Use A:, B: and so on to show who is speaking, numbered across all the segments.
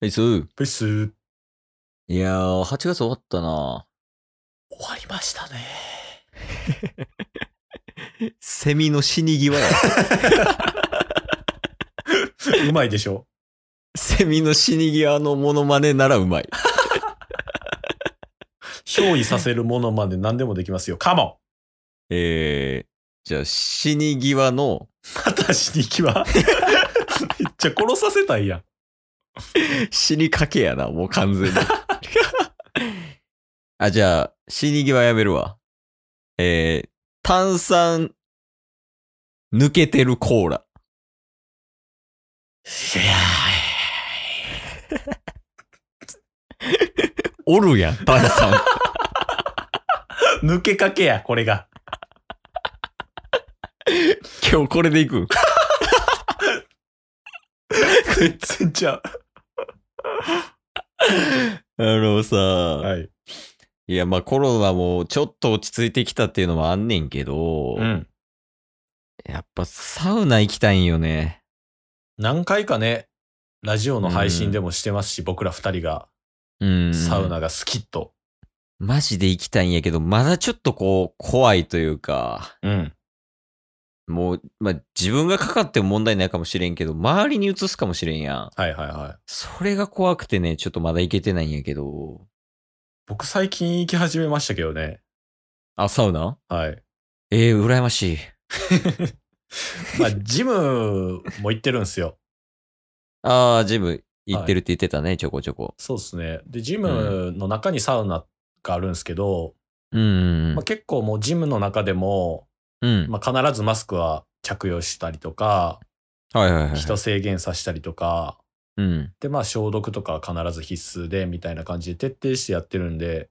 A: はい、そう。
B: ブス終
A: いやー、8月終わったな
B: わりましたね。
A: セミの死に際や。
B: うまいでしょ。
A: セミの死に際のモノマネならうまい。
B: 憑依させるものまで何でもできますよ。カモ
A: えー、じゃあ、死に際の、
B: ンまた死に行きは めっちゃ殺させたいやん。
A: 死にかけやな、もう完全に。 あ、じゃあ、死に際やめるわ。えー、炭酸、抜けてるコーラ。おるやん、炭 酸。
B: 抜けかけや、これが。
A: 今日これでいくん。
B: 全然ちゃ
A: あのさ、
B: う。はい。
A: いや、まあコロナもちょっと落ち着いてきたっていうのもあんねんけど、
B: うん。
A: やっぱサウナ行きたいんよね。
B: 何回かね、ラジオの配信でもしてますし、僕ら二人が
A: うん。
B: サウ。ナが好きと。
A: マジで行きたいんやけど、まだちょっとこう、怖いというか、
B: うん。
A: もう、まあ自分がかかっても問題ないかもしれんけど、周りに移すかもしれんやん。
B: はいはいはい。
A: それが怖くてね、ちょっとまだ行けてないんやけど。
B: 僕最近行き始めましたけどね。
A: あ、サウナ
B: はい。
A: ええー、羨ましい。
B: まあ、ジムも行ってるんですよ。
A: ああ、ジム行ってるって言ってたね、ちょこちょこ。
B: そうですね。で、ジムの中にサウナがあるんですけど、
A: うんうん
B: まあ、結構もうジムの中でも、
A: うん。うん。
B: まあ、必ずマスクは着用したりとか、
A: はいはいはい。
B: 人制限させたりとか、
A: うん。
B: で、まあ消毒とかは必ず必須でみたいな感じで徹底してやってるんで、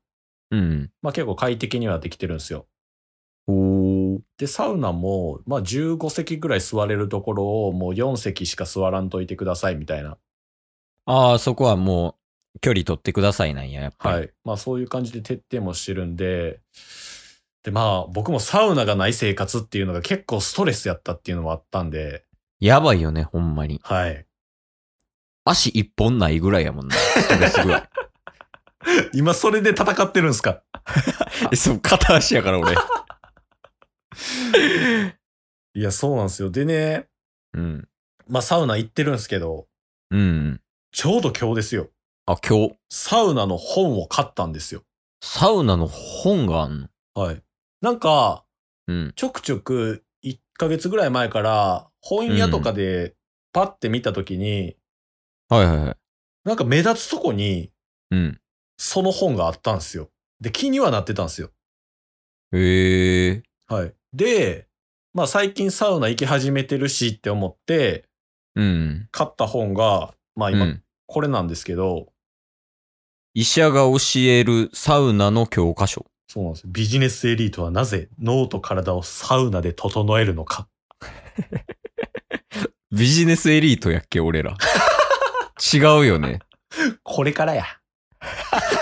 A: うん。
B: まあ結構快適にはできてるんですよ。
A: おー。
B: で、サウナも、まあ15席ぐらい座れるところをもう4席しか座らんといてくださいみたいな。
A: ああ、そこはもう、距離取ってくださいなんや、やっぱり。
B: はい。まあそういう感じで徹底もしてるんで、でまあ僕もサウナがない生活っていうのが結構ストレスやったっていうのもあったんで、
A: やばいよね、ほんまに。
B: はい。
A: 足一本ないぐらいやもんな。ストレスぐ らい。
B: 今それで戦ってるんですか
A: え、そう、片足やから、俺。
B: いや、そうなんですよ。でね、
A: うん。
B: まあサウナ行ってるんですけど、
A: うん。
B: ちょうど今日ですよ。
A: あ、今日、
B: サウナの本を買ったんですよ。
A: サウナの本があんの。
B: はい。なんか、
A: うん。
B: ちょくちょく1ヶ月ぐらい前から本屋とかでパッて見たときに、
A: はいはいはい。
B: なんか目立つとこに
A: うん。
B: その本があったんですよ。で、気にはなってたんですよ。
A: へえ。
B: はい。で、まあ最近サウナ行き始めてるしって思って、
A: うん。
B: 買った本が、まあ
A: う
B: 今
A: ん。
B: これなんですけど、
A: 医者が教えるサウナの教科書。
B: そうなんですよ。ビジネスエリートはなぜ脳と体をサウナで整えるのか。
A: ビジネスエリートやっけ、俺 ら。違うよね。
B: これからや。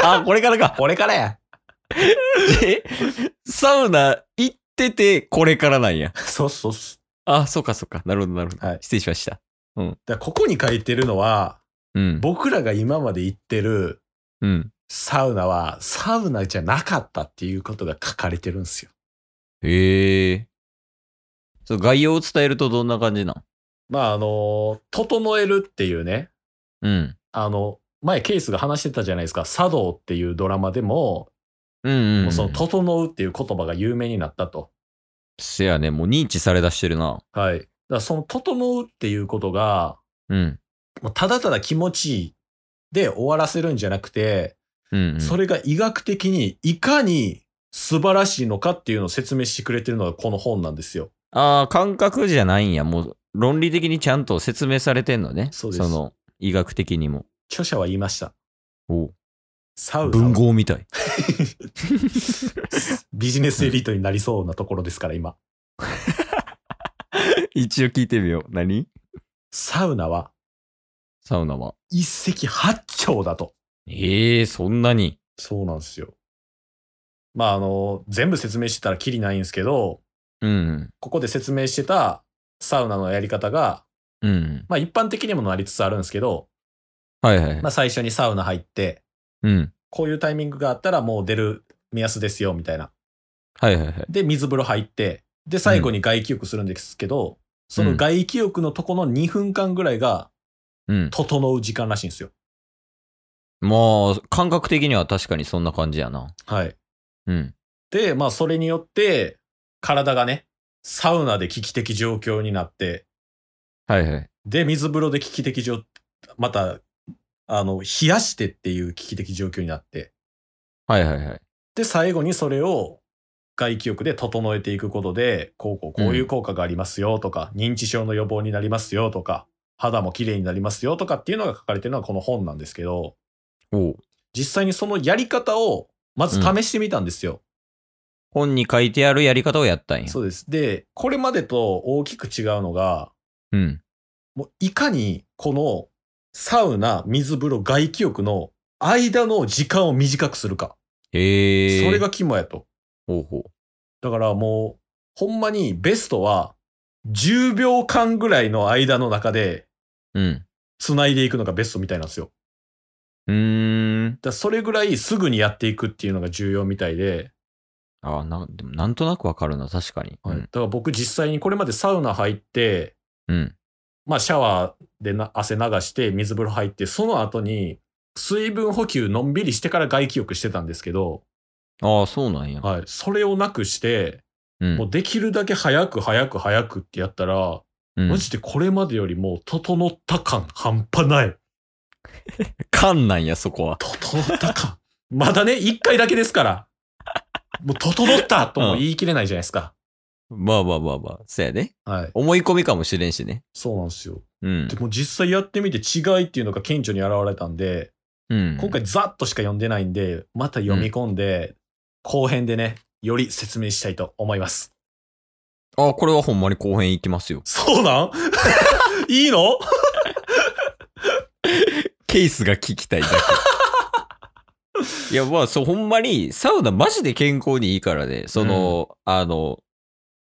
A: あ、これからか。
B: これからや。
A: え、サウナ行ってて、これからなんや。
B: そうそうそう。
A: あ、そうかそうか。なるほど、なるほど。
B: はい
A: 失礼しました。
B: だからここに書いてるのは、
A: うん。
B: 僕らが今まで行ってる
A: うん。
B: サウナはサウナじゃなかったっていうことが書かれてるんですよ。
A: へえ。そう、概要を伝えるとどんな感じなん
B: まああの、整えるっていうね、
A: うん。
B: あの、前ケースが話してたじゃないですか、茶道っていうドラマでも、
A: うんうん、う
B: も
A: ん。
B: うその、整うっていう言葉が有名になったと。
A: せやね、もう認知されだしてるな。
B: はい。だからその整うっていうことが、
A: うん。
B: もうただただ気持ちいいで終わらせるんじゃなくて、
A: うん、うん。
B: それが医学的にいかに素晴らしいのかっていうのを説明してくれてるのがこの本なんですよ。
A: ああ、感覚じゃないんや。もう、論理的にちゃんと説明されてんのね。
B: そうです
A: その、医学的にも。
B: 著者は言いました。
A: お
B: サウナ
A: 文
B: は
A: 豪み たい。
B: ビジネスエリートになりそうなところですから今。
A: 一応聞いてみよう。何
B: サウナは
A: サウナは。
B: 一石八鳥だと。
A: ええそんなに。
B: そうなんですよ。まああの、全部説明してたらキリないんですけど、
A: うん。
B: ここで説明してたサウナのやり方が、
A: うん。
B: まあ一般的にもなりつつあるんですけど、
A: はいはい。
B: まあ、最初にサウナ入って、
A: うん。
B: こういうタイミングがあったらもう出る目安ですよ、みたいな。
A: はいはいはい。
B: で、水風呂入って、で、最後に外気浴するんですけど、その外気浴のとこの2分間ぐらいが、
A: うん。
B: 整う時間らしいんですよ。
A: まあ、感覚的には確かにそんな感じやな。
B: はい。
A: うん。
B: で、まあ、それによって、体がね、サウナで危機的状況になって、
A: はいはい。
B: で、水風呂で危機的状、また、あの、冷やしてっていう危機的状況になって、
A: はいはいはい。
B: で、最後にそれを外気浴で整えていくことで、こうこうこういう効果がありますよとか、認知症の予防になりますよとか、肌も綺麗になりますよとかっていうのが書かれてるのはこの本なんですけど、
A: おう
B: 実際にそのやり方をまず試してみたんですよ。
A: 本に書いてあるやり方をやったんや。
B: そうです。で、これまでと大きく違うのが、
A: うん。
B: もういかにこのサウナ、水風呂、外気浴の間の時間を短くするか。
A: へえ。
B: それ。が肝やと。
A: ほうほ
B: だからもう、ほんまにベストは、10秒間ぐらいの間の中で、
A: う。うん。
B: 繋いでいくのがベストみたいなんですよ。
A: うーん。
B: だからそれぐらいすぐにやっていくっていうのが重要みたいで、
A: ああ、な、でもなんとなくわかるな、確かに。
B: だから僕実際にこれまでサウナ入って、
A: うん。うん。
B: まあシャワーでな汗流して水風呂入って、その後に水分補給のんびりしてから外気浴してたんですけど、
A: ああ、そうなんや。
B: はい、それをなくして、
A: うん。
B: もうできるだけ早く早く早くってやったら、
A: うん
B: マジでこれまでよりも整った感半端ない。
A: 勘なんや、そこは。
B: 整った感。まだね、一回だけですから。もう整ったとも言い切れないじゃないですか。
A: まあまあまあまあ。そやで。
B: はい。
A: 思い込みかもしれんしね。
B: そうなんですよ。
A: うん
B: で。も実際やってみて違いっていうのが顕著に現れたんで、
A: うん。
B: 今回ざっとしか読んでないんで、また読み込んで、後編でね、より説明したいと思います。
A: ああ、これはほんまに後編いきますよ。
B: そうなん いいの
A: ケースが聞きたいだ け。いや、まあ、そう、ほんまに、サウナマジで健康にいいからね。その、あの、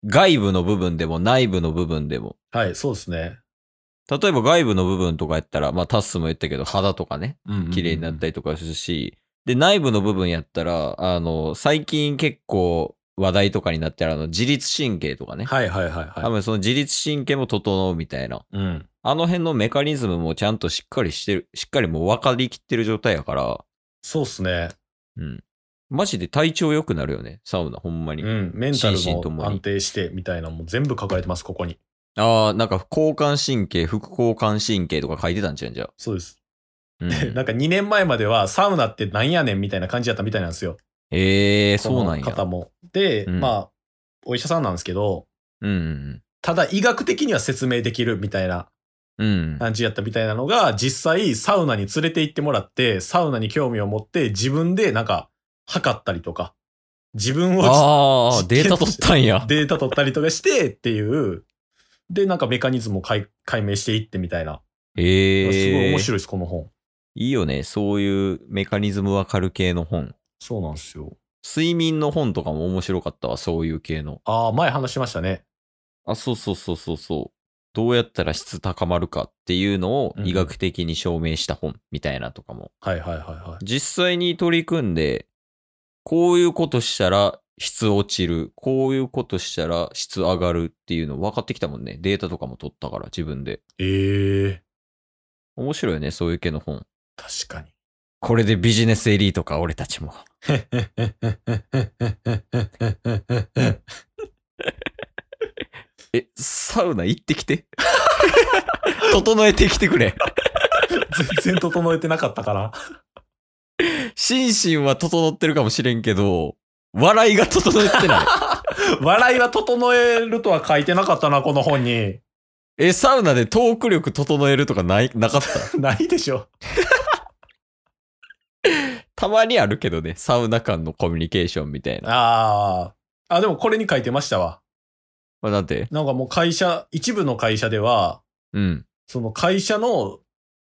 A: 外部の部分でも内部の部分でも。
B: はい、そうですね。
A: 例えば外部の部分とかやったら、まあ、タッスも言ったけど、肌とかね、綺麗になった
B: り。
A: りとかするし、で、内部の部分やったら、あの、最近結構話題とかになってるあの、自律神経とかね。
B: はいはいはい
A: 多
B: は
A: 分その自律神経も整うみたいな。
B: い。うん。
A: あの辺のメカニズムもちゃんとしっかりしてる、しっかりもう分かりきってる状態やから、
B: そうっすね。
A: うん。マジで体調良くなるよね、サウナ、ほんまに。
B: うん、メンタル
A: 心身とも
B: も
A: に
B: 安定してみたいなのも全部書かれてます、ここに。
A: ああ、なんか、交感神経、副交感神経とか書いてたんちゃうんじゃう。
B: そうです。
A: うん
B: なんか2年前まではサウナってなんやねんみたいな感じだったみたいなんですよ。
A: ええー、
B: この
A: そうなんや。
B: 方も。で、
A: うん
B: まあ、お医者さんなんですけど、
A: うんうん
B: ただ医学的には説明できるみたいな
A: うん。うん。
B: 感じやったみたいなのが、実際サウナに連れて行ってもらって、サウナに興味を持って自分でなんか測ったりとか、自分を
A: ああ、
B: 実
A: データ取った んや。
B: データ取ったりとかしてっていう、で、なんかメカニズムを解解明していってみたいな。
A: ええー。
B: すごい面白いです、この本。
A: い。いよね、そういうメカニズムわかる系の本。
B: そうなんですよ。
A: 睡眠の本とかも面白かったわ、そういう系の。
B: ああ、前話しましたね。
A: あ、そうそうそうそうそう。どうやったら質高まるかっていうのを
B: うん
A: 医学的に証明した本みたいなとかも。
B: はいはいはいはい。
A: 実際に取り組んで、こういうことしたら質落ちる、こういうことしたら質上がるっていうの分かってきたもんね。データとかも取ったから自分で。
B: ええ
A: 面白いよね、そういう系の本。
B: 確かに。
A: これでビジネスエリートか、俺たちも。え、サウナ行ってきて。 整えてきてくれ。
B: 全然整えてなかったから。
A: 心身は整ってるかもしれんけど、笑いが整って ない。
B: 笑いは整えるとは書いてなかったな、この本に。
A: え、サウナでトーク力整えるとかない、なかった。
B: ないでしょ。
A: たまにあるけどね、サウナ間のコミュニケーションみたいな。
B: ああ。あ、でもこれに書いてましたわ。
A: まあ、なんて
B: なんかもう会社、一部の会社では、
A: うん。
B: その会社の、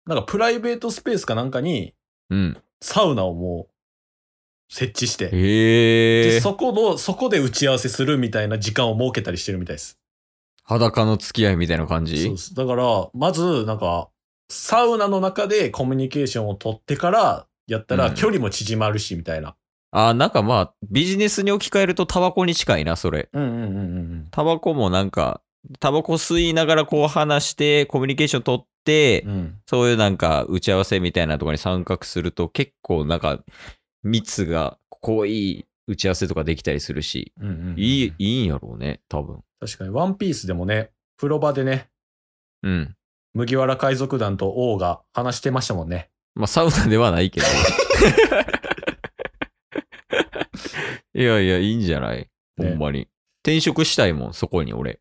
B: なんかプライベートスペースかなんかに、
A: うん。
B: サウナをもう、設置して。
A: へ
B: で
A: え。
B: そこの、そこで打ち合わせするみたいな時間を設けたりしてるみたいです。
A: 裸の付き合いみたいな感
B: そう
A: じ
B: です。だから、まず、なんか、サウナの中でコミュニケーションを取ってからやった
A: う
B: ら
A: ん
B: 距離も縮まるし、みたいな。
A: あー、なんかまあ、ビジネスに置き換えるとタバコに近いな、それ。
B: うんうんうんうん
A: タバコもなんか、タバコ吸いながらこう話して、コミュニケーション取って、
B: うん。うん。
A: そういうなんか打ち合わせみたいなところに参画すると結構なんか密が濃い打ち合わせとかできたりするし、
B: うんうんうん
A: いい、いいんやろうね、多分。
B: 確かに、ワンピースでもね、風呂場でね、
A: うん。
B: 麦わら海賊団と王が話してましたもんね。
A: まあサウナではないけど。いやいや、いいんじゃないほ
B: ね
A: んまに。転職したいもん、そこに俺。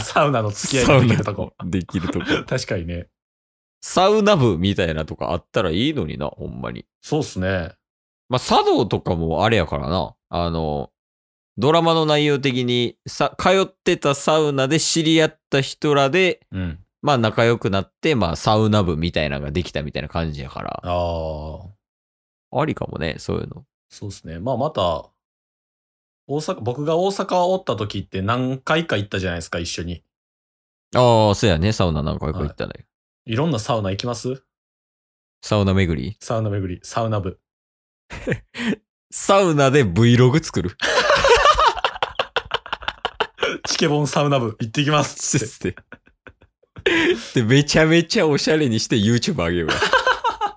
B: サウナの付き合いができるとこ。
A: サウナできるとこ。
B: 確かにね。
A: サウナ部みたいなとかあったらいいのにな、ほんまに。
B: そうっすね。
A: まあ、茶道とかもあれやからな。あの、ドラマの内容的に、さ、通ってたサウナで知り合った人らで、
B: うん。
A: まあ仲良くなって、まあサウナ部みたいなのができたみたいな感じやから、
B: ああ。
A: ありかもね、そういうの。
B: そうですね。まあまた、大阪、僕が大阪おった時って何回か行ったじゃないですか、一緒に。
A: ああ、そうやね、サウナなんかよく行ったね。
B: いろんなサウナ行きます
A: サウナ巡り
B: サウナ巡り、サウナ部。
A: サウナで Vlog 作る
B: チケボンサウナ部行ってきますって。
A: で で、めちゃめちゃおしゃれにして YouTube 上げようや。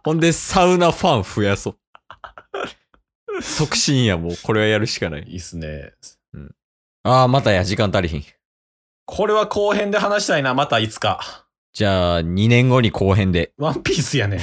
A: ほんで、サウナファン増やそう。促進や、もう。これはやるしかない。
B: いいっすね。
A: ああ、またや、時間足りひん。
B: これは後編で話したいな、またいつか。
A: じゃあ、2年後に後編で。
B: ワンピースやね。